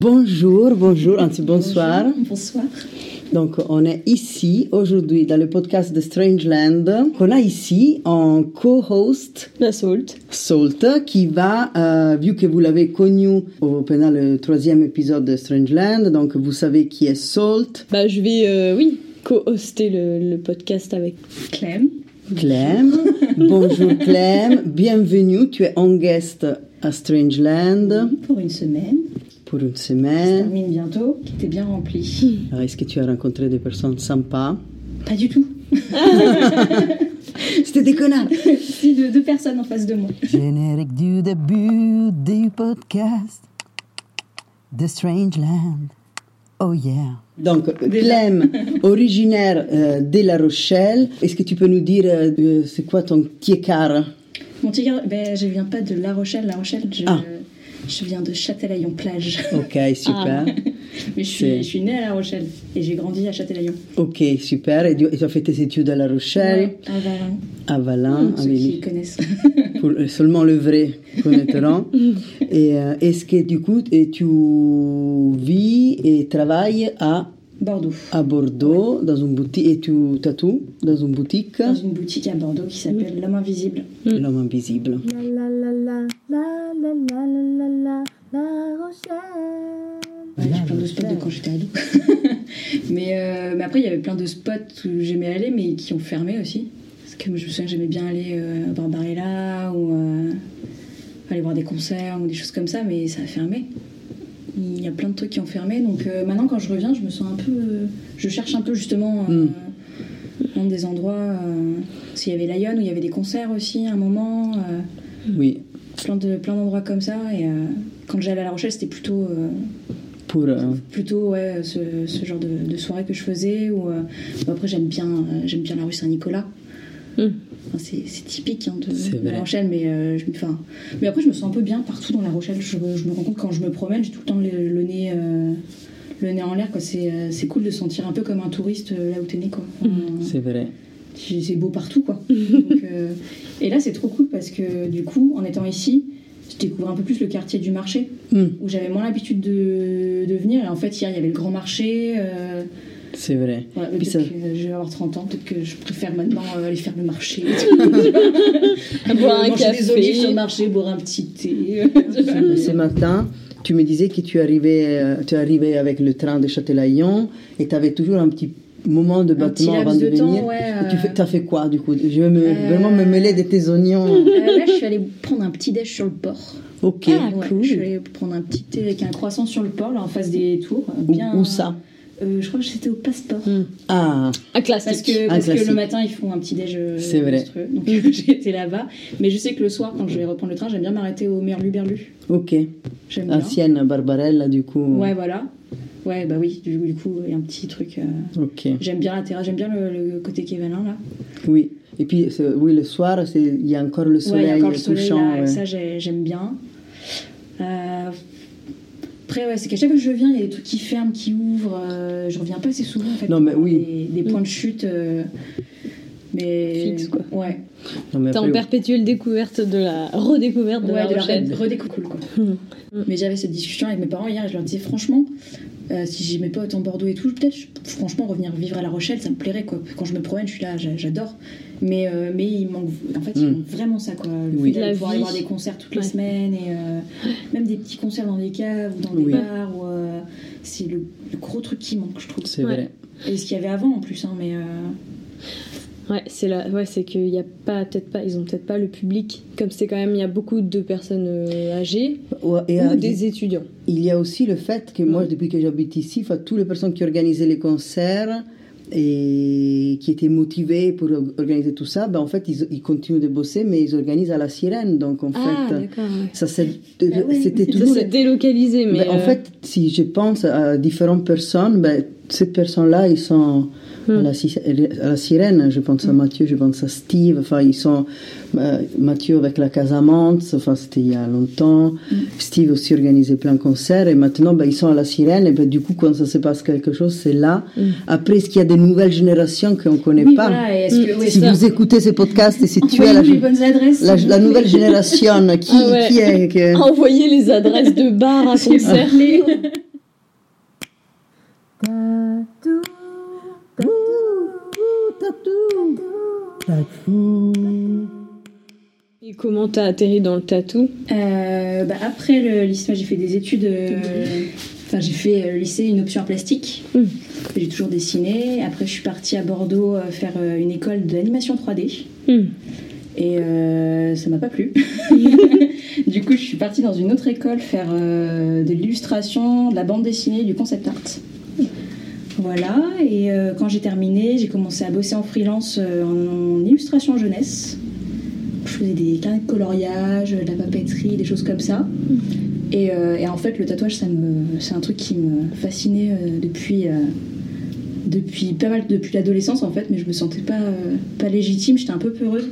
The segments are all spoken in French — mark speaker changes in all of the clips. Speaker 1: Bonjour, bonjour, anti bonsoir.
Speaker 2: Hein Bonsoir.
Speaker 1: Donc, on est ici aujourd'hui dans le podcast de Strangeland qu'on a ici en co-host
Speaker 2: La Salt.
Speaker 1: Salt qui va, euh, vu que vous l'avez connu au- pendant le troisième épisode de Strangeland, donc vous savez qui est Salt,
Speaker 3: Bah, je vais, euh, oui, co-hoster le, le podcast avec.
Speaker 2: Clem.
Speaker 1: Clem. Bonjour Clem, bienvenue, tu es en guest à Strangeland
Speaker 3: Hein
Speaker 2: Pour une semaine.
Speaker 1: pour une
Speaker 2: On
Speaker 1: semaine.
Speaker 2: termine bientôt. Qui était bien rempli.
Speaker 1: Alors, Est-ce que tu as rencontré des personnes sympas
Speaker 3: Hmm.
Speaker 2: Pas du tout.
Speaker 1: C'était des connards
Speaker 2: Si deux, deux personnes en face de moi.
Speaker 1: Générique du début du podcast The Strange Land. Oh yeah. Donc, Clem, originaire euh, de La Rochelle, est-ce que tu peux nous dire euh, de- c'est quoi ton tiécar
Speaker 2: Mon tigre, ben, je viens pas de La Rochelle. La Rochelle, je,
Speaker 1: Ah.
Speaker 2: je viens de Châtelaillon-Plage.
Speaker 3: Oh
Speaker 1: Ok, super.
Speaker 2: Ah.
Speaker 1: C'est-
Speaker 2: Mais je suis, je suis née à La Rochelle et j'ai grandi à Châtelaillon.
Speaker 1: Ok, super. Et tu, et tu as fait tes études à La
Speaker 3: Bah,
Speaker 1: Rochelle,
Speaker 2: Ouais, à Valin.
Speaker 1: à
Speaker 3: Ah,
Speaker 1: Valin, à
Speaker 2: bah, Ceux
Speaker 1: Vélizy.
Speaker 2: qui connaissent.
Speaker 1: Pour- euh, seulement le vrai connaîtront. et euh, est-ce que du coup, et tu vis et travailles à
Speaker 2: Bordeaux.
Speaker 1: à Bordeaux, dans une boutique, et tu tatoues dans une boutique,
Speaker 3: Hein
Speaker 2: Dans une boutique à Bordeaux qui s'appelle L'Homme Invisible.
Speaker 1: l'homme invisible.
Speaker 4: La la la la la la la la la la Rochelle.
Speaker 2: Ouais, j'ai plein de spots de quand j'étais ado. mais, euh, mais après, il y avait plein de spots où j'aimais aller, mais qui ont fermé aussi. Parce que moi, je me souviens, j'aimais bien aller euh, à Barbarella ou euh, aller voir des concerts ou des choses comme ça, mais ça a fermé. Il y a plein de trucs qui ont fermé. Donc euh, maintenant, quand je reviens, je me sens un peu. euh, je cherche un peu justement euh,
Speaker 1: Mm.
Speaker 2: dans des endroits. euh, parce qu'il y avait Lyon où il y avait des concerts aussi à un moment. euh,
Speaker 1: Oui,
Speaker 2: plein de plein d'endroits comme ça. Et euh, quand j'allais à La Rochelle, c'était plutôt. euh,
Speaker 1: pour euh,
Speaker 2: plutôt ouais, ce, ce genre de, de soirée que je faisais. Ou, euh, bon, après, j'aime bien, euh, j'aime bien la rue Saint-Nicolas.
Speaker 3: Mm.
Speaker 2: Enfin, c'est c'est typique hein, de,
Speaker 1: Hmm. C'est
Speaker 2: de
Speaker 1: vrai.
Speaker 2: La Rochelle, mais, euh, je, enfin, mais après, je me sens un peu bien partout dans La Rochelle. Je, je me rends compte quand je me promène, j'ai tout le temps le, le nez. euh, le nez en l'air, quoi. c'est euh, c'est cool de se sentir un peu comme un touriste euh, là où t'es né. Quoi. Enfin,
Speaker 1: c'est vrai.
Speaker 2: c'est c'est beau partout quoi. Donc, euh, et là c'est trop cool parce que du coup en étant ici, je découvre un peu plus le quartier du marché
Speaker 1: Mm.
Speaker 2: où j'avais moins l'habitude de, de venir. Et en fait hier il y avait le grand marché. euh,
Speaker 1: C'est vrai.
Speaker 2: voilà, mais
Speaker 1: Puis
Speaker 2: peut-être
Speaker 1: ça-
Speaker 2: que je vais avoir 30 ans, peut-être que je préfère maintenant euh, aller faire le marché. Euh,
Speaker 3: Boire un
Speaker 2: Manger
Speaker 3: café.
Speaker 2: des olives sur le marché, boire un petit thé. Mm-hmm.
Speaker 1: Ce matin, tu me disais que tu arrivais, euh, tu arrivais avec le train de Châtelaillon et tu avais toujours un petit moment de
Speaker 2: Un petit
Speaker 1: battement
Speaker 2: laps
Speaker 1: avant de,
Speaker 2: de temps,
Speaker 1: venir.
Speaker 2: ouais,
Speaker 1: Et tu
Speaker 2: euh.
Speaker 1: as fait quoi du coup Je vais me-
Speaker 2: Euh.
Speaker 1: vraiment me mêler de tes oignons.
Speaker 2: Euh, là je suis allée prendre un petit déj sur le port.
Speaker 1: Ok.
Speaker 3: Ah,
Speaker 2: Ouais,
Speaker 3: cool.
Speaker 2: Je vais prendre un petit thé avec un croissant sur le port, là en face des tours.
Speaker 1: Où-
Speaker 2: Bien...
Speaker 1: Où, ça
Speaker 2: Euh, Je crois que c'était au passeport.
Speaker 1: Ah,
Speaker 3: Un classique.
Speaker 2: Parce que,
Speaker 1: Un
Speaker 2: parce que
Speaker 1: classique.
Speaker 2: le matin, ils font un petit déj. euh,
Speaker 1: C'est vrai.
Speaker 2: monstrueux. Donc j'ai été là-bas. Mais je sais que le soir, quand je vais reprendre le train, j'aime bien m'arrêter au Merlu-Berlu.
Speaker 1: ok.
Speaker 2: J'aime
Speaker 1: Ah,
Speaker 2: bien.
Speaker 1: Ancienne Barbarella du coup.
Speaker 2: Ouais, voilà. Ouais, bah oui, du, du coup, il y a un petit truc. euh,
Speaker 1: Ok.
Speaker 2: J'aime bien la terrasse, j'aime bien le, le côté kévalin, là.
Speaker 1: Oui. Et puis c'est- oui le soir, c'est- il y a encore le
Speaker 2: ouais,
Speaker 1: soleil,
Speaker 2: il y a encore le soleil,
Speaker 1: couchant.
Speaker 2: là, et
Speaker 1: ouais.
Speaker 2: ça, j'ai- j'aime bien. Euh, Après, ouais, c'est qu'à chaque fois que je viens, il y a des trucs qui ferment, qui ouvrent. euh, je reviens pas assez souvent, en fait.
Speaker 1: Non, mais oui.
Speaker 2: Des, des points de chute. euh, mais...
Speaker 3: Fixe, quoi.
Speaker 2: Ouais.
Speaker 1: Non, mais
Speaker 3: T'es
Speaker 1: après,
Speaker 3: en perpétuelle découverte de la redécouverte de
Speaker 2: Ouais,
Speaker 3: la
Speaker 2: de la Hmm.
Speaker 3: Rochelle.
Speaker 2: re- redécouverte, cool, quoi. Mais j'avais cette discussion avec mes parents hier et je leur disais franchement, euh, si j'aimais pas autant Bordeaux et tout, peut-être je- franchement revenir vivre à La Rochelle, ça me plairait quoi. Quand je me promène, je suis là, j'a- j'adore. Mais, euh, mais il manque, en fait, il
Speaker 1: Mm.
Speaker 2: manque vraiment ça quoi. Le
Speaker 1: Oui.
Speaker 2: fait d'aller
Speaker 3: La
Speaker 2: pouvoir
Speaker 3: vie.
Speaker 2: aller voir des concerts toutes les
Speaker 3: Ouais.
Speaker 2: semaines et euh, même des petits concerts dans des caves ou dans des
Speaker 1: Oui.
Speaker 2: bars. ou, euh, c'est le, le gros truc qui manque, je trouve.
Speaker 1: C'est
Speaker 3: Ouais.
Speaker 1: vrai.
Speaker 2: Et ce qu'il y avait avant en plus, hein, mais. euh,
Speaker 3: Ouais, c'est là. Ouais, c'est qu'il y a pas, peut-être pas, ils ont peut-être pas le public. Comme c'est quand même, il y a beaucoup de personnes euh, âgées
Speaker 1: Ouais, et,
Speaker 3: ou
Speaker 1: euh,
Speaker 3: des étudiants.
Speaker 1: Il y a aussi le fait que moi, depuis que j'habite ici, enfin, toutes les personnes qui organisaient les concerts et qui étaient motivées pour or- organiser tout ça, ben, en fait, ils, ils continuent de bosser, mais ils organisent à la sirène. Donc, en
Speaker 3: ah,
Speaker 1: fait, euh,
Speaker 3: d'accord. Ouais.
Speaker 1: ça c'est-
Speaker 2: Ah ouais.
Speaker 1: c'était
Speaker 3: Ça
Speaker 1: toujours...
Speaker 3: c'est
Speaker 1: le-
Speaker 3: délocalisé, mais
Speaker 1: Ben, En
Speaker 3: euh,
Speaker 1: fait, si je pense à différentes personnes, ben, ces personnes-là, ils sont à,
Speaker 3: Hmm.
Speaker 1: la, si- à la sirène. Je pense à Mathieu, je pense à Steve. Enfin, ils sont euh, Mathieu avec la Casamance. Enfin, c'était il y a longtemps.
Speaker 3: Hmm.
Speaker 1: Steve aussi organisait plein de concerts et maintenant, ben, ils sont à la sirène. Et ben, du coup, quand ça se passe quelque chose, c'est là.
Speaker 3: Hmm.
Speaker 1: Après, est-ce qu'il y a des nouvelles générations qu'on ne connaît
Speaker 2: oui,
Speaker 1: pas
Speaker 2: voilà, et est-ce que.
Speaker 3: Mm.
Speaker 2: ouais,
Speaker 1: Si
Speaker 2: ça-
Speaker 1: vous écoutez ce podcast et si tu es la,
Speaker 2: Hmm. Envoyez-nous les bonnes adresses.
Speaker 1: la,
Speaker 2: s'il
Speaker 1: la
Speaker 2: vous plaît.
Speaker 1: nouvelle génération, qui,
Speaker 3: Ah ouais.
Speaker 1: qui est que-
Speaker 3: envoyer les adresses de bars à
Speaker 2: S'il vous
Speaker 3: concerts.
Speaker 2: plaît.
Speaker 4: Tatou,
Speaker 1: Tatou,
Speaker 4: tatou.
Speaker 1: tatou.
Speaker 3: Et comment t'as atterri dans le tatou
Speaker 2: Euh, bah, après le lycée, moi, j'ai fait des études. euh, Enfin, j'ai fait euh, lycée une option en plastique.
Speaker 3: Mm.
Speaker 2: J'ai toujours dessiné. Après, je suis partie à Bordeaux euh, faire euh, une école d'animation 3D.
Speaker 3: Hmm.
Speaker 2: Et euh, ça m'a pas plu. du coup, je suis partie dans une autre école faire euh, de l'illustration, de la bande dessinée, du concept art. Voilà, et euh, quand j'ai terminé, j'ai commencé à bosser en freelance euh, en illustration jeunesse. Je faisais des carnets de coloriage, de la papeterie, des choses comme ça. Et, euh, et en fait, le tatouage, ça me, c'est un truc qui me fascinait euh, depuis, euh, depuis pas mal, depuis l'adolescence en fait, mais je me sentais pas, euh, pas légitime, j'étais un peu peureuse.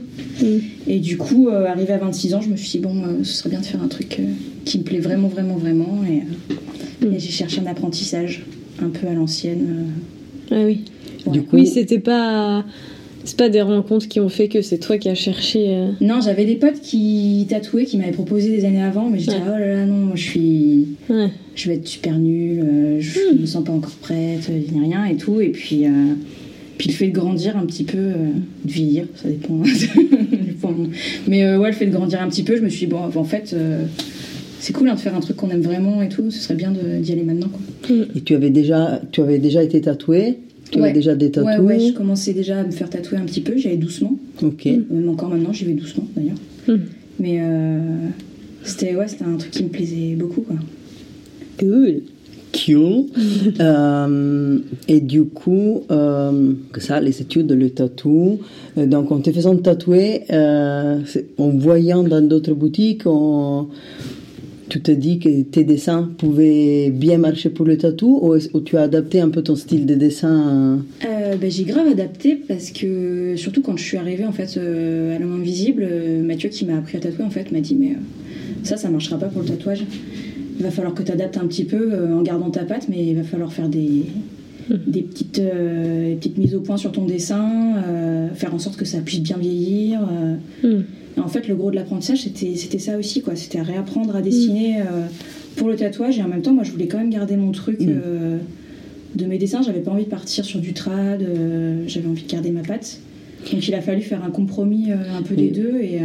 Speaker 2: Et du coup, euh, arrivée à 26 ans, je me suis dit, bon, euh, ce serait bien de faire un truc euh, qui me plaît vraiment, vraiment, vraiment. Et, euh,
Speaker 3: Mm.
Speaker 2: et j'ai cherché un apprentissage un peu à l'ancienne. euh,
Speaker 3: Ah oui.
Speaker 2: Ouais.
Speaker 1: Du coup,
Speaker 3: Oui, c'était pas. C'est pas des rencontres qui ont fait que c'est toi qui as cherché. euh,
Speaker 2: euh. Non, j'avais des potes qui tatouaient, qui m'avaient proposé des années avant, mais j'étais,
Speaker 3: Ouais.
Speaker 2: ah, oh là là, non, moi, je suis.
Speaker 3: Ouais.
Speaker 2: je vais être super nulle, euh, je me sens pas encore prête, il n'y a rien et tout. Et puis, euh, puis le fait de grandir un petit peu, euh, de vieillir, ça dépend. du point. Mais euh, ouais, le fait de grandir un petit peu, je me suis dit, bon, en fait, euh, c'est cool hein, de faire un truc qu'on aime vraiment et tout, ce serait bien de- d'y aller maintenant. Quoi.
Speaker 1: Et tu avais déjà, tu avais déjà été tatouée Tu
Speaker 2: Ouais.
Speaker 1: avais déjà des
Speaker 2: Ouais,
Speaker 1: tatouages
Speaker 2: ouais, je commençais déjà à me faire tatouer un petit peu, j'allais doucement.
Speaker 1: Ok.
Speaker 2: Même encore maintenant, j'y vais doucement d'ailleurs.
Speaker 3: Mm.
Speaker 2: Mais euh, c'était ouais, c'était un truc qui me plaisait beaucoup. Quoi.
Speaker 1: Cool. Cute.
Speaker 2: Mm.
Speaker 1: Euh, et du coup, euh, que ça, les études, le tatou. Euh, Donc, en te faisant tatouer, euh, c'est- en voyant dans d'autres boutiques, on- tu te dis que tes dessins pouvaient bien marcher pour le tatou ou, est-ce- ou tu as adapté un peu ton style de dessin
Speaker 2: Euh, bah, j'ai grave adapté parce que surtout quand je suis arrivée en fait euh, à l'homme invisible, euh, Mathieu qui m'a appris à tatouer en fait m'a dit mais euh, ça ça marchera pas pour le tatouage. Il va falloir que tu adaptes un petit peu euh, en gardant ta patte mais il va falloir faire des, des petites, euh, des petites mises au point sur ton dessin, euh, faire en sorte que ça puisse bien vieillir. euh.
Speaker 3: Hmm.
Speaker 2: Et en fait le gros de l'apprentissage c'était, c'était ça aussi quoi, c'était à réapprendre à dessiner euh, pour le tatouage et en même temps moi je voulais quand même garder mon truc.
Speaker 1: Mm.
Speaker 2: euh, de mes dessins, j'avais pas envie de partir sur du trad, euh, j'avais envie de garder ma patte. Donc il a fallu faire un compromis euh, un peu des
Speaker 1: Et-
Speaker 2: deux et euh,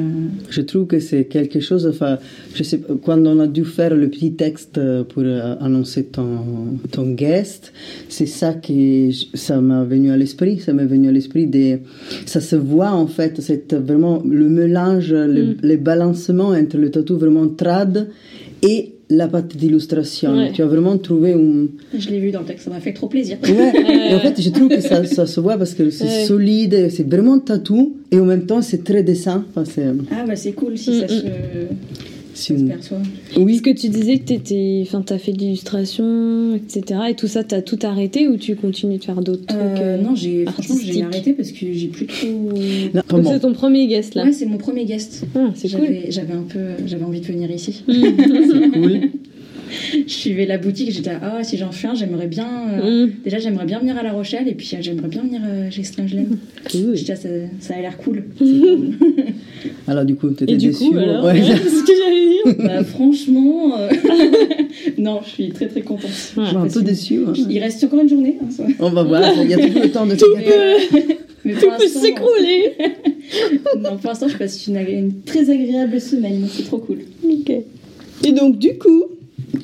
Speaker 1: Je trouve que c'est quelque chose. Enfin, je sais, pas, quand on a dû faire le petit texte euh, pour euh, annoncer ton, ton guest, c'est ça qui ça m'a venu à l'esprit. Ça m'est venu à l'esprit des. Ça se voit en fait. C'est vraiment le mélange, le,
Speaker 3: Mm.
Speaker 1: le balancement entre le tatou vraiment trad et la patte d'illustration.
Speaker 3: Ouais.
Speaker 1: Tu as vraiment trouvé une,
Speaker 2: je l'ai vu dans le texte, ça m'a fait trop plaisir.
Speaker 1: Ouais. Et en fait, je trouve que ça, ça se voit parce que c'est
Speaker 3: Ouais.
Speaker 1: solide, c'est vraiment tatou et en même temps c'est très dessin. Enfin, c'est
Speaker 2: Ah bah c'est cool si ça
Speaker 3: Mm,
Speaker 2: se,
Speaker 1: c'est
Speaker 2: se
Speaker 1: une-
Speaker 2: perçoit. Euh,
Speaker 1: Oui,
Speaker 3: Est-ce que tu disais que t'étais, enfin, t'as fait de l'illustration, etc. Et tout ça, t'as tout arrêté ou tu continues de faire d'autres trucs
Speaker 2: Euh,
Speaker 3: euh,
Speaker 2: non, j'ai franchement j'ai
Speaker 3: artistique.
Speaker 2: arrêté parce que j'ai plus trop.
Speaker 1: Non,
Speaker 3: Donc
Speaker 1: vraiment.
Speaker 3: c'est ton premier guest là.
Speaker 2: Ouais, c'est mon premier guest.
Speaker 3: Ah, c'est cool.
Speaker 2: J'avais j'avais un peu j'avais envie de venir ici.
Speaker 1: C'est cool.
Speaker 2: je suivais la boutique, j'étais là, ah si j'en fais un, j'aimerais bien euh,
Speaker 3: Hmm.
Speaker 2: déjà j'aimerais bien venir à La Rochelle et puis euh, j'aimerais bien venir euh, chez Strangelem.
Speaker 1: Cool.
Speaker 2: J'étais là, ça, ça a l'air cool.
Speaker 1: Alors du coup, tu
Speaker 3: Et
Speaker 1: étais
Speaker 3: du
Speaker 1: déçue hein.
Speaker 3: coup, alors,
Speaker 1: ouais.
Speaker 3: ouais, c'est ce que j'allais dire.
Speaker 2: Bah, franchement, euh, non, je suis très très contente.
Speaker 3: Ouais.
Speaker 1: Un peu déçue. hein.
Speaker 2: Il reste encore une journée. hein, ça.
Speaker 1: On va voir, il y a toujours le temps de se
Speaker 2: Mais,
Speaker 1: gâter.
Speaker 2: euh, mais
Speaker 3: Tout
Speaker 2: pour
Speaker 3: peut
Speaker 2: l'instant,
Speaker 3: s'écrouler.
Speaker 2: non, pour l'instant, je passe une, agré- une très agréable semaine. C'est trop cool.
Speaker 3: Ok. Et donc du coup,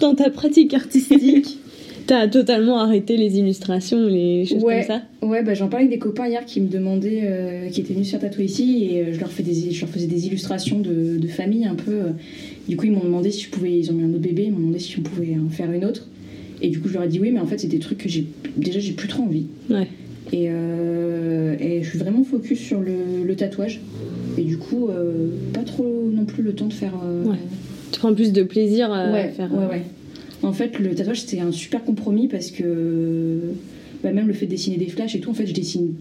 Speaker 3: dans ta pratique artistique, t'as totalement arrêté les illustrations, les choses
Speaker 2: Ouais.
Speaker 3: comme ça.
Speaker 2: Ouais, bah, j'en parlais avec des copains hier qui me demandaient, euh, qui étaient venus se faire tatouer ici, et euh, je, leur fais des, je leur faisais des illustrations de, de famille un peu. euh. Du coup, ils m'ont demandé si je pouvais, ils ont mis un autre bébé, ils m'ont demandé si on pouvait en faire une autre. Et du coup, je leur ai dit oui, mais en fait, c'est des trucs que j'ai déjà j'ai plus trop envie.
Speaker 3: Ouais.
Speaker 2: Et, euh, et je suis vraiment focus sur le, le tatouage. Et du coup, euh, pas trop non plus le temps de faire. euh,
Speaker 3: Ouais. Tu prends plus de plaisir à
Speaker 2: ouais,
Speaker 3: faire. euh,
Speaker 2: ouais, ouais. En fait, le tatouage, c'était un super compromis parce que bah, même le fait de dessiner des flashs et tout, en fait, je dessine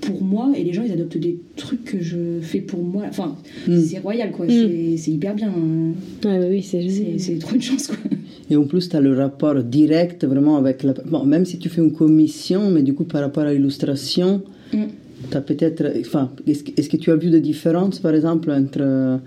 Speaker 2: pour moi et les gens, ils adoptent des trucs que je fais pour moi. Enfin,
Speaker 1: Mm.
Speaker 2: c'est royal, quoi.
Speaker 3: Mm.
Speaker 2: C'est- C'est hyper bien. hein.
Speaker 3: Ouais, bah oui, c'est
Speaker 2: C'est c'est trop une chance, quoi.
Speaker 1: Et en plus, tu as le rapport direct vraiment avec la... Bon, même si tu fais une commission, mais du coup, par rapport à l'illustration,
Speaker 2: Mm.
Speaker 1: T'as peut-être, enfin, est-ce, que- est-ce que tu as vu des différences, par exemple, entre euh,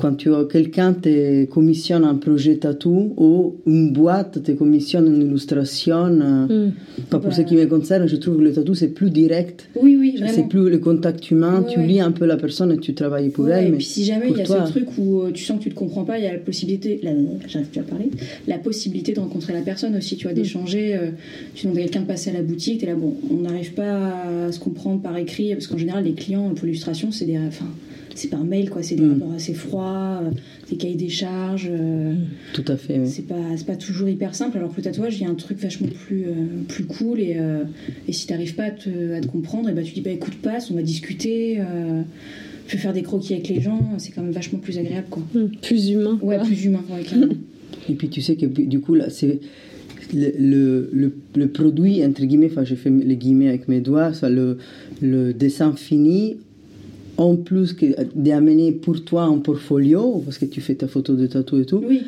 Speaker 1: quand tu as quelqu'un te commissionne un projet tatou ou une boîte te commissionne une illustration euh,
Speaker 3: Hmm.
Speaker 1: enfin, Pour
Speaker 2: Bah.
Speaker 1: ce qui me concerne, je trouve que le tatou, c'est plus direct.
Speaker 2: Oui, oui, vraiment.
Speaker 1: C'est plus le contact humain.
Speaker 2: Ouais,
Speaker 1: tu
Speaker 2: ouais.
Speaker 1: lis un peu la personne et tu travailles pour
Speaker 2: Ouais,
Speaker 1: elle.
Speaker 2: et
Speaker 1: mais-
Speaker 2: puis si jamais
Speaker 1: pour
Speaker 2: il y a
Speaker 1: toi.
Speaker 2: ce truc où euh, tu sens que tu te comprends pas, il y a la possibilité, la, j'arrive plus à parler, la possibilité de rencontrer la personne aussi,
Speaker 1: Mm.
Speaker 2: tu vois, d'échanger. euh, tu demandes à quelqu'un de passer à la boutique, t'es là, bon, on n'arrive pas à se comprendre par écrit, parce qu'en général, les clients pour l'illustration, c'est des. Enfin, c'est par mail, quoi, c'est des
Speaker 1: Mm.
Speaker 2: rapports assez froids, euh, des cahiers des charges. euh,
Speaker 1: Tout à fait. oui.
Speaker 2: c'est pas, c'est pas toujours hyper simple, alors que le tatouage, il y a un truc vachement plus, euh, plus cool. Et, euh, et si t'arrives pas à te, à te comprendre, et bah, tu dis bah écoute, passe, on va discuter. Euh, je vais faire des croquis avec les gens, c'est quand même vachement plus agréable quoi.
Speaker 3: Hmm. Plus humain.
Speaker 2: Ouais,
Speaker 3: quoi.
Speaker 2: plus humain, ouais, clairement.
Speaker 1: Et puis tu sais que du coup, là, c'est le, le, le, le produit, entre guillemets, enfin, je fais les guillemets avec mes doigts, ça, le, le dessin fini, en plus que d'amener pour toi un portfolio, parce que tu fais ta photo de tatou et tout,
Speaker 2: oui,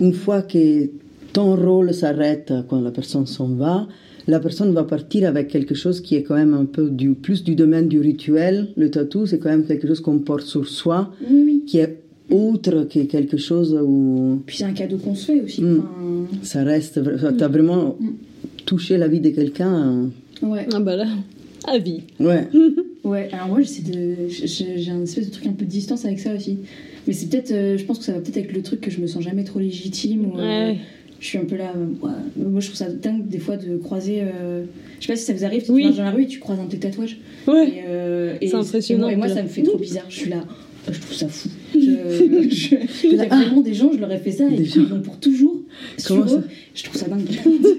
Speaker 1: une fois que ton rôle s'arrête quand la personne s'en va, la personne va partir avec quelque chose qui est quand même un peu du, plus du domaine du rituel. Le tatou, c'est quand même quelque chose qu'on porte sur soi,
Speaker 2: oui, oui.
Speaker 1: qui est autre que quelque chose où
Speaker 2: Puis c'est un cadeau qu'on se fait aussi.
Speaker 1: Mm.
Speaker 2: enfin,
Speaker 1: ça reste. vra- T'as vraiment
Speaker 2: Mm.
Speaker 1: touché la vie de quelqu'un. hein.
Speaker 2: ouais.
Speaker 3: Ah bah là, à vie.
Speaker 1: Ouais.
Speaker 2: Ouais, alors moi j'essaie de. J'ai j'ai un espèce de truc un peu de distance avec ça aussi. Mais c'est peut-être. euh, je pense que ça va peut-être avec le truc que je me sens jamais trop légitime. Ou, euh,
Speaker 3: Ouais.
Speaker 2: je suis un peu là. euh, ouais. Moi je trouve ça dingue des fois de croiser. euh, Je sais pas si ça vous arrive, tu
Speaker 3: Oui.
Speaker 2: marches dans la rue et tu croises un de tes tatouages.
Speaker 3: Ouais.
Speaker 2: Et, euh, et-
Speaker 3: C'est impressionnant,
Speaker 2: Et moi, et moi,
Speaker 3: là.
Speaker 2: ça me fait trop bizarre. Je suis là. euh, Je trouve ça fou. Je- je- Il y a vraiment des gens, je leur ai fait ça et
Speaker 1: Ah. Des
Speaker 2: ils l'ont pour toujours.
Speaker 1: Comment ça
Speaker 2: Sur eux. Je trouve ça dingue.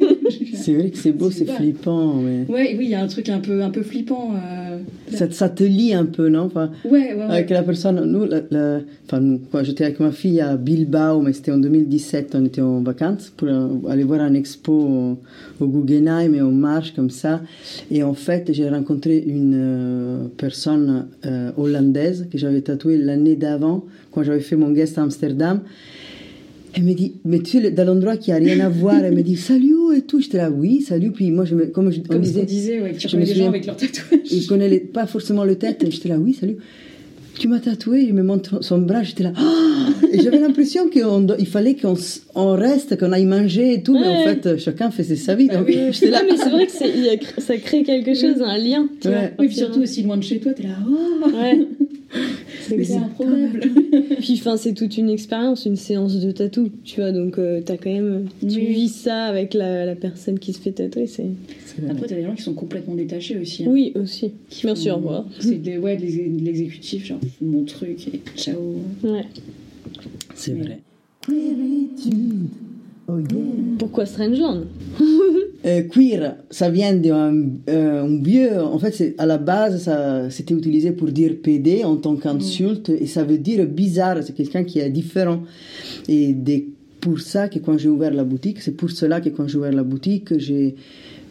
Speaker 1: C'est vrai que c'est beau,
Speaker 2: C'est
Speaker 1: c'est
Speaker 2: pas-
Speaker 1: flippant. Mais...
Speaker 2: ouais, et oui, il y a un truc un peu, un peu flippant. euh,
Speaker 1: Ça, ça te lie un peu, non Enfin,
Speaker 2: Ouais, ouais, ouais.
Speaker 1: Avec Euh, la personne, nous, la- la- enfin, nous, quand j'étais avec ma fille à Bilbao, mais c'était en 2017, on était en vacances pour euh, aller voir un expo au, au Guggenheim et on marche comme ça. Et en fait, j'ai rencontré une euh, personne euh, hollandaise que j'avais tatouée l'année d'avant, quand j'avais fait mon guest à Amsterdam. Elle me dit, mais tu sais, le- dans l'endroit qui a rien à voir, elle me dit salut et tout. J'étais là, oui, salut. Puis moi, je me- comme je, on
Speaker 2: Comme ce
Speaker 1: disait,
Speaker 2: qu'on disait, ouais, que tu
Speaker 1: je me
Speaker 2: reconnais les gens
Speaker 1: souviens-
Speaker 2: avec leurs tatouages.
Speaker 1: il connaît les- pas forcément le tête. J'étais là, oui, salut. Tu m'as tatoué, il me montre son bras, j'étais là. Ah et j'avais l'impression qu'il fallait qu'on s- on reste, qu'on aille manger et tout, mais en
Speaker 3: Ouais.
Speaker 1: fait, chacun faisait sa vie.
Speaker 2: Bah
Speaker 1: Donc
Speaker 2: oui.
Speaker 1: j'étais là.
Speaker 3: Ah, mais c'est vrai que c'est- il y a cr- ça crée quelque chose, un lien. tu vois,
Speaker 1: Ouais.
Speaker 2: Oui, puis surtout aussi loin de chez toi, t'es là. Ah,
Speaker 3: Ouais. C'est
Speaker 2: mais c'est
Speaker 3: clair.
Speaker 2: improbable.
Speaker 3: Puis enfin, c'est toute une expérience, une séance de tatou, tu vois. Donc euh, t'as quand même, tu
Speaker 2: Oui.
Speaker 3: vis ça avec la, la personne qui se fait tatouer, c'est.
Speaker 2: Après, t'as des gens qui sont complètement détachés aussi. hein.
Speaker 3: Oui aussi.
Speaker 2: Qui
Speaker 3: Merci,
Speaker 2: font-
Speaker 3: au revoir.
Speaker 2: Mm. C'est de, ouais, de l'exé- de l'exécutif, genre, mon truc, et ciao.
Speaker 3: Ouais.
Speaker 1: C'est vrai.
Speaker 3: Pourquoi Strangeland
Speaker 1: Euh, queer, ça vient d'un euh, un vieux. En fait, c'est- à la base, ça c'était utilisé pour dire PD en tant qu'insulte et ça veut dire bizarre. C'est quelqu'un qui est différent. Et des- pour ça que quand j'ai ouvert la boutique, c'est pour cela que quand j'ai ouvert la boutique, j'ai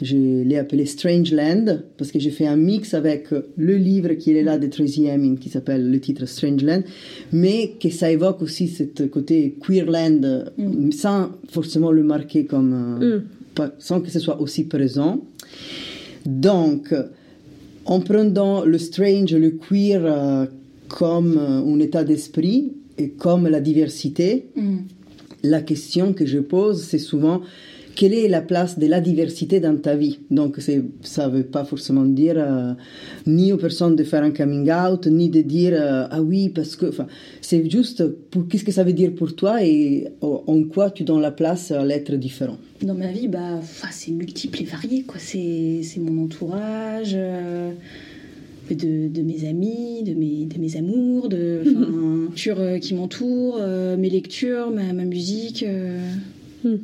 Speaker 1: je l'ai appelé Strange Land parce que j'ai fait un mix avec le livre qui est là de Tracy Emin qui s'appelle le titre Strange Land, mais que ça évoque aussi ce côté queerland euh,
Speaker 2: Mm.
Speaker 1: sans forcément le marquer comme euh,
Speaker 3: Mm.
Speaker 1: pas- sans que ce soit aussi présent. Donc, en prenant le strange, le queer euh, comme euh, un état d'esprit et comme la diversité,
Speaker 3: Mm.
Speaker 1: la question que je pose, c'est souvent quelle est la place de la diversité dans ta vie Donc, c'est- ça ne veut pas forcément dire euh, ni aux personnes de faire un coming out, ni de dire euh, ah oui, parce que. enfin, C'est juste pour qu'est-ce que ça veut dire pour toi et en en quoi tu donnes la place à l'être différent.
Speaker 2: Dans ma vie, bah, enfin, c'est multiple et varié, quoi. C'est c'est mon entourage, euh, de, de mes amis, de mes, de mes amours, de enfin, culture euh, qui m'entoure, euh, mes lectures, ma, ma musique. euh,
Speaker 3: Hmm.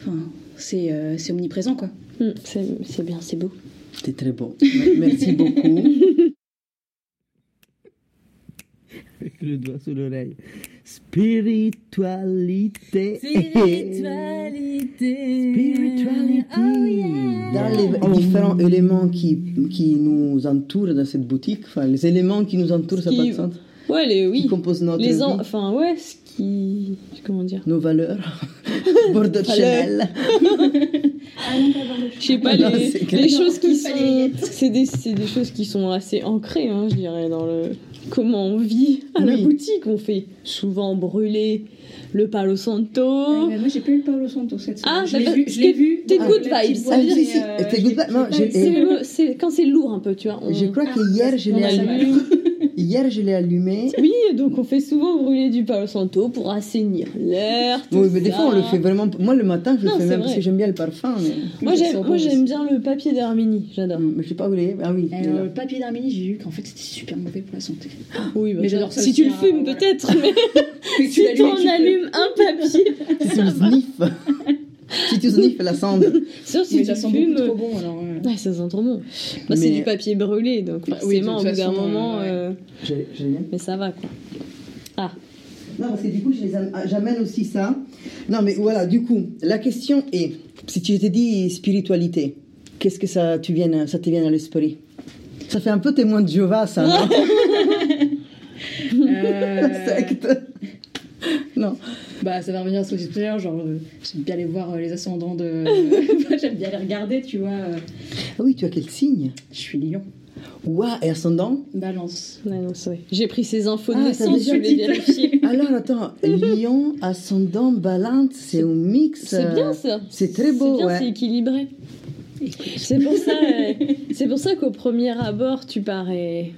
Speaker 2: Enfin, c'est euh, c'est omniprésent, quoi.
Speaker 3: Mm, C'est c'est bien, c'est beau.
Speaker 1: C'était très beau. Merci beaucoup. Avec le doigt sous l'oreille. Spiritualité. Spiritualité.
Speaker 4: Oh
Speaker 3: Oh,
Speaker 1: Oh. Dans les différents éléments qui, qui nous entourent dans cette boutique, enfin, les éléments qui nous entourent,
Speaker 3: Ce
Speaker 1: ça n'a pas de
Speaker 3: qui-
Speaker 1: sens,
Speaker 3: Ouais, les
Speaker 1: qui
Speaker 3: oui.
Speaker 1: composent notre
Speaker 3: Les
Speaker 1: vie,
Speaker 3: en... enfin ouais, ce qui comment dire.
Speaker 1: nos valeurs, bordeaux de
Speaker 3: Valeurs.
Speaker 1: Chanel.
Speaker 2: Ah
Speaker 3: Je sais pas,
Speaker 1: Non,
Speaker 3: les,
Speaker 1: c'est
Speaker 3: les
Speaker 1: clair.
Speaker 3: choses qui
Speaker 2: Pas
Speaker 3: sont.
Speaker 2: les miettes.
Speaker 3: C'est des, c'est des choses qui sont assez ancrées, hein, je dirais, dans le. Comment on vit à la
Speaker 1: Oui.
Speaker 3: boutique. On fait souvent brûler le Palo Santo.
Speaker 2: Ouais, moi, j'ai pas eu le Palo Santo cette semaine.
Speaker 3: Ah,
Speaker 2: je l'ai
Speaker 3: d'accord.
Speaker 2: vu. Je l'ai vu.
Speaker 3: T'es
Speaker 2: Ah,
Speaker 3: good
Speaker 2: la petite
Speaker 3: vibes.
Speaker 2: boîte,
Speaker 3: Ça veut dire
Speaker 2: mais,
Speaker 1: si,
Speaker 2: euh,
Speaker 1: t'es
Speaker 2: je
Speaker 1: good
Speaker 2: l'ai-
Speaker 1: vibes. Non,
Speaker 2: je
Speaker 1: j'ai-
Speaker 2: l'ai pas
Speaker 3: C'est
Speaker 2: essayé.
Speaker 3: le- c'est- quand c'est lourd un peu, tu vois. on-
Speaker 1: Je crois que hier, je
Speaker 3: Ah, on
Speaker 1: l'ai
Speaker 3: a
Speaker 2: la
Speaker 1: allumé.
Speaker 3: lu.
Speaker 1: Hier, je l'ai allumé.
Speaker 3: Oui, donc on fait souvent brûler du Palo Santo pour assainir l'air. tout
Speaker 1: Oui, mais des
Speaker 3: ça.
Speaker 1: fois, on le fait vraiment. Moi, le matin, je
Speaker 3: Non,
Speaker 1: le fais
Speaker 3: c'est
Speaker 1: même
Speaker 3: vrai.
Speaker 1: parce que j'aime bien le parfum. Mais...
Speaker 3: Moi
Speaker 2: Ça
Speaker 3: j'aime
Speaker 2: sent
Speaker 3: moi,
Speaker 2: bon
Speaker 3: j'aime
Speaker 2: aussi.
Speaker 3: bien le papier d'Arménie, j'adore.
Speaker 1: Hum, mais je sais pas où il est. Ah oui. il est
Speaker 2: Alors,
Speaker 1: là.
Speaker 2: euh, le papier d'Arménie, j'ai vu qu'en fait c'était super mauvais pour la santé.
Speaker 3: Oui, bah,
Speaker 2: Mais j'adore ça
Speaker 3: Si
Speaker 2: aussi,
Speaker 3: tu le
Speaker 2: hein,
Speaker 3: fumes
Speaker 2: voilà.
Speaker 3: peut-être, mais si
Speaker 2: l'allumes,
Speaker 3: t'en
Speaker 2: tu peux.
Speaker 3: allumes un papier,
Speaker 1: Si tu sniffes. si tu sniffes la cendre.
Speaker 3: sauf si
Speaker 2: Mais
Speaker 3: tu
Speaker 2: ça sent beaucoup
Speaker 3: fumes.
Speaker 2: trop bon alors. euh,
Speaker 3: Ouais, ça sent trop bon. Bah, C'est
Speaker 1: Mais-
Speaker 3: du papier brûlé, donc
Speaker 2: Bah oui, de
Speaker 3: forcément, au
Speaker 2: toute
Speaker 3: bout d'un
Speaker 2: façon,
Speaker 3: moment,
Speaker 2: euh, ouais.
Speaker 3: euh,
Speaker 1: J'ai j'ai bien.
Speaker 3: mais ça va quoi. Ah,
Speaker 1: Non, parce que du coup, je les am- ah, j'amène aussi ça. Non, mais voilà, du coup, la question est si tu t'es dit spiritualité, qu'est-ce que ça, tu viens, ça te vient à l'esprit Ça fait un peu témoin de Jéhovah, ça, non
Speaker 2: euh,
Speaker 1: Secte. Non.
Speaker 2: Bah, ça va revenir à ce que je disais tout à l'heure, genre, euh, j'aime bien aller voir euh, les ascendants de. j'aime bien les regarder, tu vois. euh,
Speaker 1: Ah oui, tu as quel signe
Speaker 2: Je suis lion.
Speaker 1: Ouah, et ascendant
Speaker 2: Balance.
Speaker 3: Ouais, non, c'est vrai. J'ai pris ces infos de
Speaker 1: Ah, t'as
Speaker 3: naissance, je
Speaker 1: déjà
Speaker 3: vais
Speaker 1: dit.
Speaker 3: vérifier.
Speaker 1: Alors, attends, lion, ascendant, balance, c'est un mix.
Speaker 3: C'est
Speaker 1: euh,
Speaker 3: bien ça.
Speaker 1: c'est très beau,
Speaker 3: C'est bien,
Speaker 1: ouais.
Speaker 3: c'est équilibré. C'est pour ça, euh, c'est pour ça qu'au premier abord, tu parais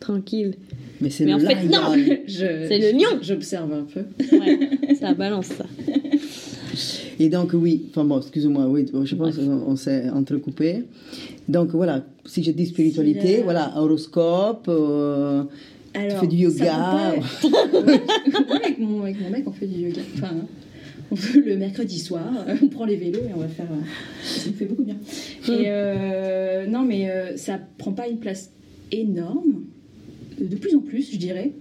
Speaker 3: tranquille.
Speaker 1: Mais c'est
Speaker 3: Mais
Speaker 1: le
Speaker 3: en fait,
Speaker 1: lion.
Speaker 2: C'est
Speaker 3: le lion.
Speaker 2: J'observe un peu.
Speaker 3: Ouais, ça balance ça.
Speaker 1: Et donc, oui, enfin bon, excuse-moi, oui, je pense qu'on s'est entrecoupé. Donc, voilà, si je dis spiritualité,
Speaker 2: Si, euh,
Speaker 1: voilà, horoscope, euh, tu
Speaker 2: Alors,
Speaker 1: fais du yoga.
Speaker 2: ça peut pas- Ouais, avec, mon, avec mon mec, on fait du yoga. Enfin, on fait le mercredi soir, on prend les vélos et on va faire. euh, Ça nous fait beaucoup bien. Et euh, non, mais euh, ça prend pas une place énorme, de de plus en plus, je dirais.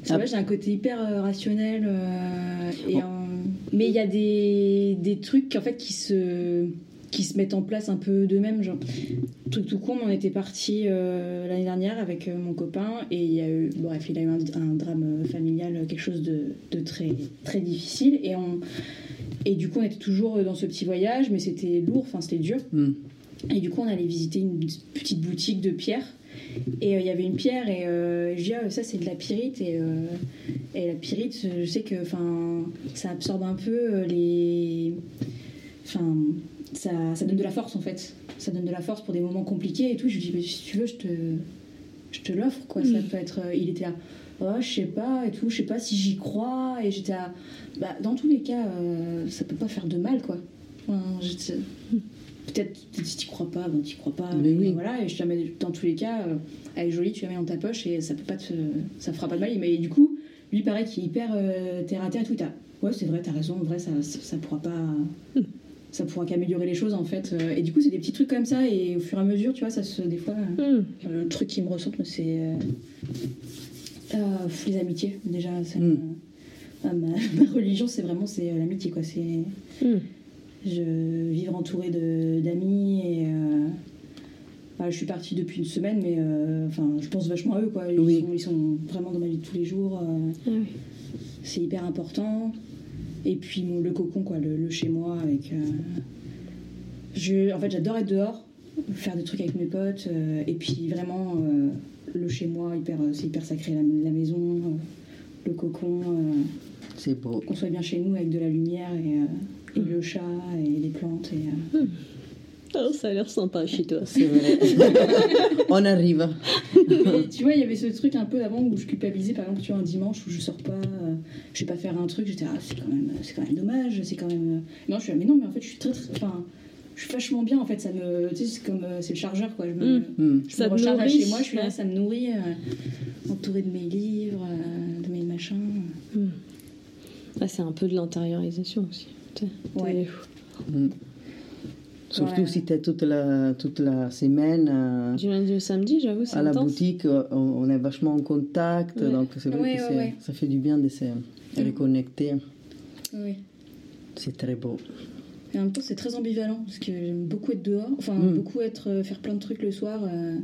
Speaker 2: Parce que
Speaker 1: Ah.
Speaker 2: moi, j'ai un côté hyper euh, rationnel. euh, et
Speaker 1: Bon.
Speaker 2: en- Mais il y a des, des trucs en fait qui se qui se mettent en place un peu d'eux-mêmes. Genre, truc tout con, mais on était parti euh, l'année dernière avec euh, mon copain et il y a eu, bref, il a eu un, un drame euh, familial, euh, quelque chose de, de très, très difficile. Et, on, et du coup, on était toujours euh, dans ce petit voyage, mais c'était lourd, enfin, c'était dur.
Speaker 1: Hmm.
Speaker 2: Et du coup, on allait visiter une petite boutique de pierre. Et euh, il y avait une pierre, et euh, je dis, ah, ça c'est de la pyrite. Et, euh, et la pyrite, je sais que 'fin, ça absorbe un peu euh, les. Enfin, ça, ça donne de la force en fait. Ça donne de la force pour des moments compliqués et tout. Je lui dis, mais si tu veux, je te, je te l'offre quoi.
Speaker 1: Mm.
Speaker 2: Ça peut être. euh, Il était là, oh, je sais pas et tout, je sais pas si j'y crois. Et j'étais là, bah, dans tous les cas, euh, ça peut pas faire de mal quoi. Enfin, j'étais- Peut-être peut-être si t'y crois pas, ben t'y crois pas.
Speaker 1: Mais
Speaker 2: Et
Speaker 1: oui.
Speaker 2: Voilà, et je te la mets dans tous les cas, euh, elle est jolie, tu la mets dans ta poche et ça peut pas te, ça fera pas de mal. Mais du coup, lui paraît qu'il est hyper euh, terre à terre et tout. t'as- Ouais, c'est vrai, t'as raison, en vrai, ça, ça, ça pourra pas. Ça pourra qu'améliorer les choses en fait. Euh, Et du coup, c'est des petits trucs comme ça, et au fur et à mesure, tu vois, ça se. Des fois, euh,
Speaker 3: Hmm.
Speaker 2: le truc qui me ressort, c'est. euh, euh, pff, les amitiés, déjà. ça
Speaker 1: Mm.
Speaker 2: me- ah, ma, ma religion, c'est vraiment c'est euh, l'amitié, quoi. C'est.
Speaker 3: Mm.
Speaker 2: Je vivre entourée de- d'amis et. euh, bah, je suis partie depuis une semaine, mais euh, enfin, je pense vachement à eux, quoi. Ils,
Speaker 1: Oui.
Speaker 2: sont, ils sont vraiment dans ma vie de tous les jours. euh,
Speaker 3: Ah oui.
Speaker 2: c'est hyper important. Et puis mon- le cocon, quoi, le, le chez moi avec. euh, je, en fait, j'adore être dehors, faire des trucs avec mes potes. euh, et puis vraiment, euh, le chez moi, hyper, euh, c'est hyper sacré, la, la maison, euh, le cocon, euh,
Speaker 1: C'est beau.
Speaker 2: qu'on soit bien chez nous avec de la lumière et, euh, et le chat et les plantes. Et, euh,
Speaker 3: Oh, ça a l'air sympa chez toi.
Speaker 1: C'est vrai. On arrive.
Speaker 2: Mais tu vois, il y avait ce truc un peu avant où je culpabilisais, par exemple, tu vois, un dimanche où je sors pas, euh, je sais pas faire un truc, j'étais, ah, c'est quand même, c'est quand même dommage, c'est quand même. euh. Non, je suis là, mais non, mais en fait, je suis très, très. Enfin, je suis vachement bien, en fait, ça me. Tu sais, c'est comme. euh, C'est le chargeur, quoi. Je me,
Speaker 3: Mm.
Speaker 1: Hmm.
Speaker 2: je
Speaker 3: Ça
Speaker 2: me
Speaker 3: te
Speaker 2: recharge à
Speaker 3: nourrit,
Speaker 2: chez moi, je suis là,
Speaker 3: ouais.
Speaker 2: ça me nourrit, euh, entourée de mes livres, euh, de mes machins.
Speaker 3: Ah, c'est un peu de l'intériorisation aussi. T'es- t'es-
Speaker 2: Ouais.
Speaker 1: Hmm. Surtout
Speaker 2: Ouais.
Speaker 1: si tu es toute la, toute la semaine euh,
Speaker 3: Du lundi au samedi, j'avoue, c'est
Speaker 1: à la
Speaker 3: intense.
Speaker 1: boutique, euh, on, on est vachement en contact.
Speaker 3: Ouais.
Speaker 1: Donc, c'est vrai
Speaker 2: Ouais,
Speaker 1: que
Speaker 2: ouais,
Speaker 1: c'est-
Speaker 2: ouais.
Speaker 1: ça fait du bien de se
Speaker 3: Mm.
Speaker 1: reconnecter.
Speaker 2: Oui.
Speaker 1: C'est très beau.
Speaker 2: Et en même temps, c'est très ambivalent parce que j'aime beaucoup être dehors, enfin
Speaker 1: Mm.
Speaker 2: beaucoup être euh, faire plein de trucs le soir. euh.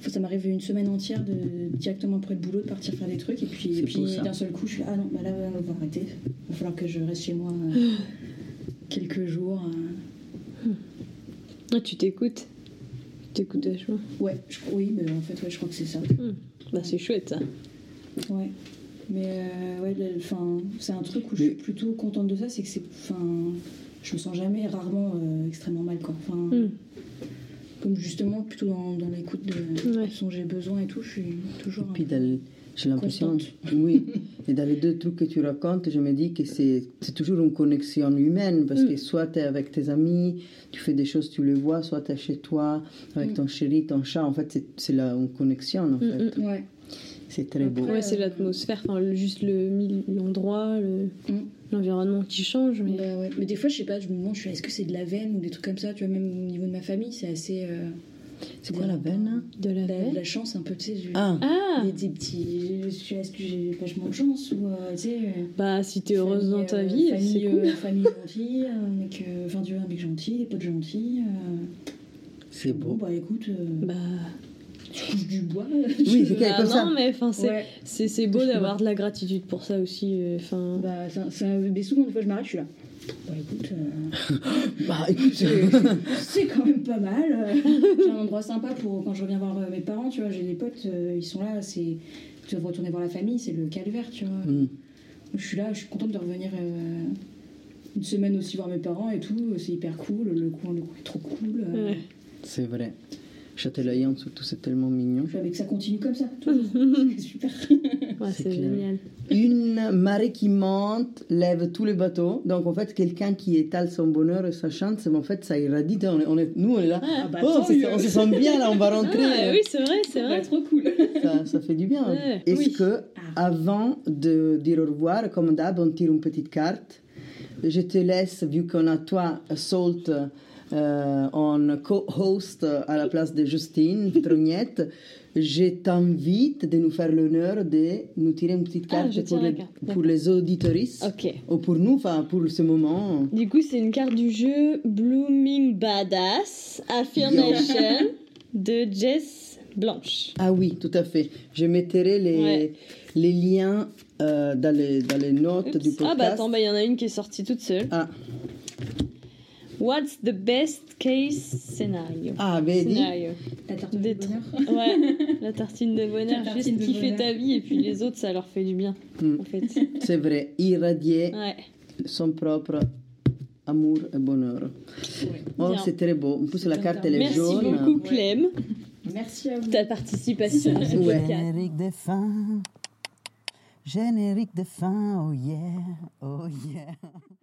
Speaker 2: Enfin, ça m'arrive une semaine entière de directement après le boulot de partir faire des trucs et puis,
Speaker 1: C'est
Speaker 2: et puis
Speaker 1: beau, ça.
Speaker 2: d'un seul coup, je suis là, ah non, bah là, on va arrêter. Il va falloir que je reste chez moi. euh. quelques jours. euh.
Speaker 3: Ah, tu t'écoutes. Tu t'écoutes vachement.
Speaker 2: Ouais, je- oui, mais en fait, ouais, je crois que c'est ça.
Speaker 3: Bah, c'est chouette ça.
Speaker 2: Ouais. Mais euh, ouais, le- enfin, c'est un truc où je suis plutôt contente de ça, c'est que c'est, enfin, je me sens jamais, rarement euh, extrêmement mal, quoi. Enfin,
Speaker 3: Hmm.
Speaker 2: comme justement plutôt dans, dans l'écoute de
Speaker 3: Ouais.
Speaker 2: ce dont j'ai besoin et tout, je suis toujours.
Speaker 1: Et puis dans le- j'ai l'impression,
Speaker 2: Constante.
Speaker 1: oui, et dans les deux trucs que tu racontes, je me dis que c'est c'est toujours une connexion humaine, parce que soit tu es avec tes amis, tu fais des choses, tu les vois, soit tu es chez toi, avec
Speaker 2: Mm.
Speaker 1: ton chéri, ton chat, en fait, c'est- c'est là une connexion, en fait.
Speaker 3: mm.
Speaker 2: Ouais.
Speaker 1: C'est très beau.
Speaker 3: Ouais,
Speaker 2: Ouais,
Speaker 3: c'est
Speaker 2: euh,
Speaker 3: l'atmosphère, enfin le- juste le mil- l'endroit, le-
Speaker 2: Mm.
Speaker 3: l'environnement qui change. Mais...
Speaker 2: Bah ouais. Mais des fois, je sais pas, je me demande, je suis, est-ce que c'est de la veine ou des trucs comme ça, tu vois, même au niveau de ma famille, c'est assez. euh,
Speaker 1: C'est quoi la veine hein
Speaker 3: De la
Speaker 2: la,
Speaker 3: veine.
Speaker 2: la chance, un peu, tu sais. du-
Speaker 1: Ah,
Speaker 3: Ah
Speaker 2: Des, des petits. je suis- Est-ce que j'ai vachement de chance ou, euh, tu sais. euh,
Speaker 3: Bah si t'es heureuse
Speaker 2: Famille,
Speaker 3: dans ta
Speaker 2: euh,
Speaker 3: vie, c'est
Speaker 2: famille,
Speaker 3: cool.
Speaker 2: euh, famille gentille, un mec, euh, enfin, du un mec gentil, des potes gentils. euh,
Speaker 1: c'est
Speaker 2: bon,
Speaker 1: beau.
Speaker 2: bah écoute, euh,
Speaker 3: Bah,
Speaker 2: tu couches du bois.
Speaker 1: Oui, c'est
Speaker 3: bah,
Speaker 1: comme
Speaker 3: non,
Speaker 1: ça.
Speaker 3: mais enfin c'est
Speaker 2: Ouais,
Speaker 3: c'est- c'est beau d'avoir de la gratitude pour ça aussi. euh, Enfin,
Speaker 2: bah, ça, ça- mais souvent, des fois, je m'arrête, je suis là. Bah écoute, euh,
Speaker 1: Bah, écoute,
Speaker 2: c'est quand même pas mal. euh. j'ai un endroit sympa pour quand je reviens voir euh, mes parents, tu vois, j'ai des potes, euh, ils sont là, c'est. Tu dois retourner voir la famille, c'est le calvaire, tu vois.
Speaker 1: Mm.
Speaker 2: Je suis là, je suis contente de revenir euh, une semaine aussi voir mes parents et tout, c'est hyper cool, le coin, le coin est trop cool. euh.
Speaker 3: ouais.
Speaker 1: c'est vrai. Châtelaillon, surtout, c'est tellement mignon.
Speaker 2: Je suis avec ça continue comme ça. C'est super.
Speaker 3: bah, Ouais,
Speaker 1: c'est
Speaker 3: c'est
Speaker 1: clair.
Speaker 3: génial.
Speaker 1: Une marée qui monte lève tous les bateaux. Donc, en fait, quelqu'un qui étale son bonheur et sa chance, en fait, ça irradie. On est- on est- nous, on est là.
Speaker 2: Ah bah,
Speaker 1: Oh,
Speaker 2: tant
Speaker 1: on se-
Speaker 2: mieux.
Speaker 1: on se sent bien, là, on va
Speaker 3: Ah,
Speaker 1: rentrer.
Speaker 3: oui, c'est vrai, c'est
Speaker 2: Ouais,
Speaker 3: vrai.
Speaker 2: trop cool.
Speaker 1: ça, ça fait du bien.
Speaker 3: Ouais,
Speaker 1: Est-ce
Speaker 3: oui. Ah.
Speaker 1: que, avant de dire au revoir, comme d'hab, on tire une petite carte Je te laisse, vu qu'on a toi, Salt, euh, en co-host à la place de Justine Trognette. Je t'invite de nous faire l'honneur de nous tirer une petite
Speaker 3: Ah,
Speaker 1: carte
Speaker 3: je
Speaker 1: pour,
Speaker 3: tire la
Speaker 1: les,
Speaker 3: carte,
Speaker 1: pour les auditoristes.
Speaker 3: Ok.
Speaker 1: Ou pour nous, enfin, pour ce moment.
Speaker 3: Du coup, c'est une carte du jeu Blooming Badass Affirmation de Jess Blanche.
Speaker 1: Ah oui, tout à fait. Je mettrai les,
Speaker 3: Ouais.
Speaker 1: les liens euh, dans, les, dans les notes
Speaker 3: Oups.
Speaker 1: Oh, du podcast.
Speaker 3: Ah bah attends, bah il y en a une qui est sortie toute seule.
Speaker 1: Ah.
Speaker 3: What's the best case scenario
Speaker 1: Ah, ben, dis.
Speaker 3: Scénario.
Speaker 2: La tarte au
Speaker 3: Des
Speaker 2: bonheur.
Speaker 3: Ouais, la tartine de bonheur,
Speaker 2: La tartine
Speaker 3: juste
Speaker 2: de
Speaker 3: kiffer
Speaker 2: bonheur.
Speaker 3: ta vie et puis les autres ça leur fait du bien
Speaker 1: Mm.
Speaker 3: en fait.
Speaker 1: C'est vrai, irradier
Speaker 3: Ouais.
Speaker 1: son propre amour et bonheur.
Speaker 2: Ouais.
Speaker 1: Oh,
Speaker 3: Bien.
Speaker 1: c'est très beau. En plus, la
Speaker 2: C'est
Speaker 1: carte, elle est
Speaker 3: Merci
Speaker 1: jaune.
Speaker 3: beaucoup
Speaker 2: Ouais.
Speaker 3: Clem
Speaker 2: Merci à vous.
Speaker 3: pour ta participation à ce
Speaker 1: Ouais.
Speaker 3: podcast.
Speaker 5: Générique de fin. Générique de fin, oh yeah, oh yeah.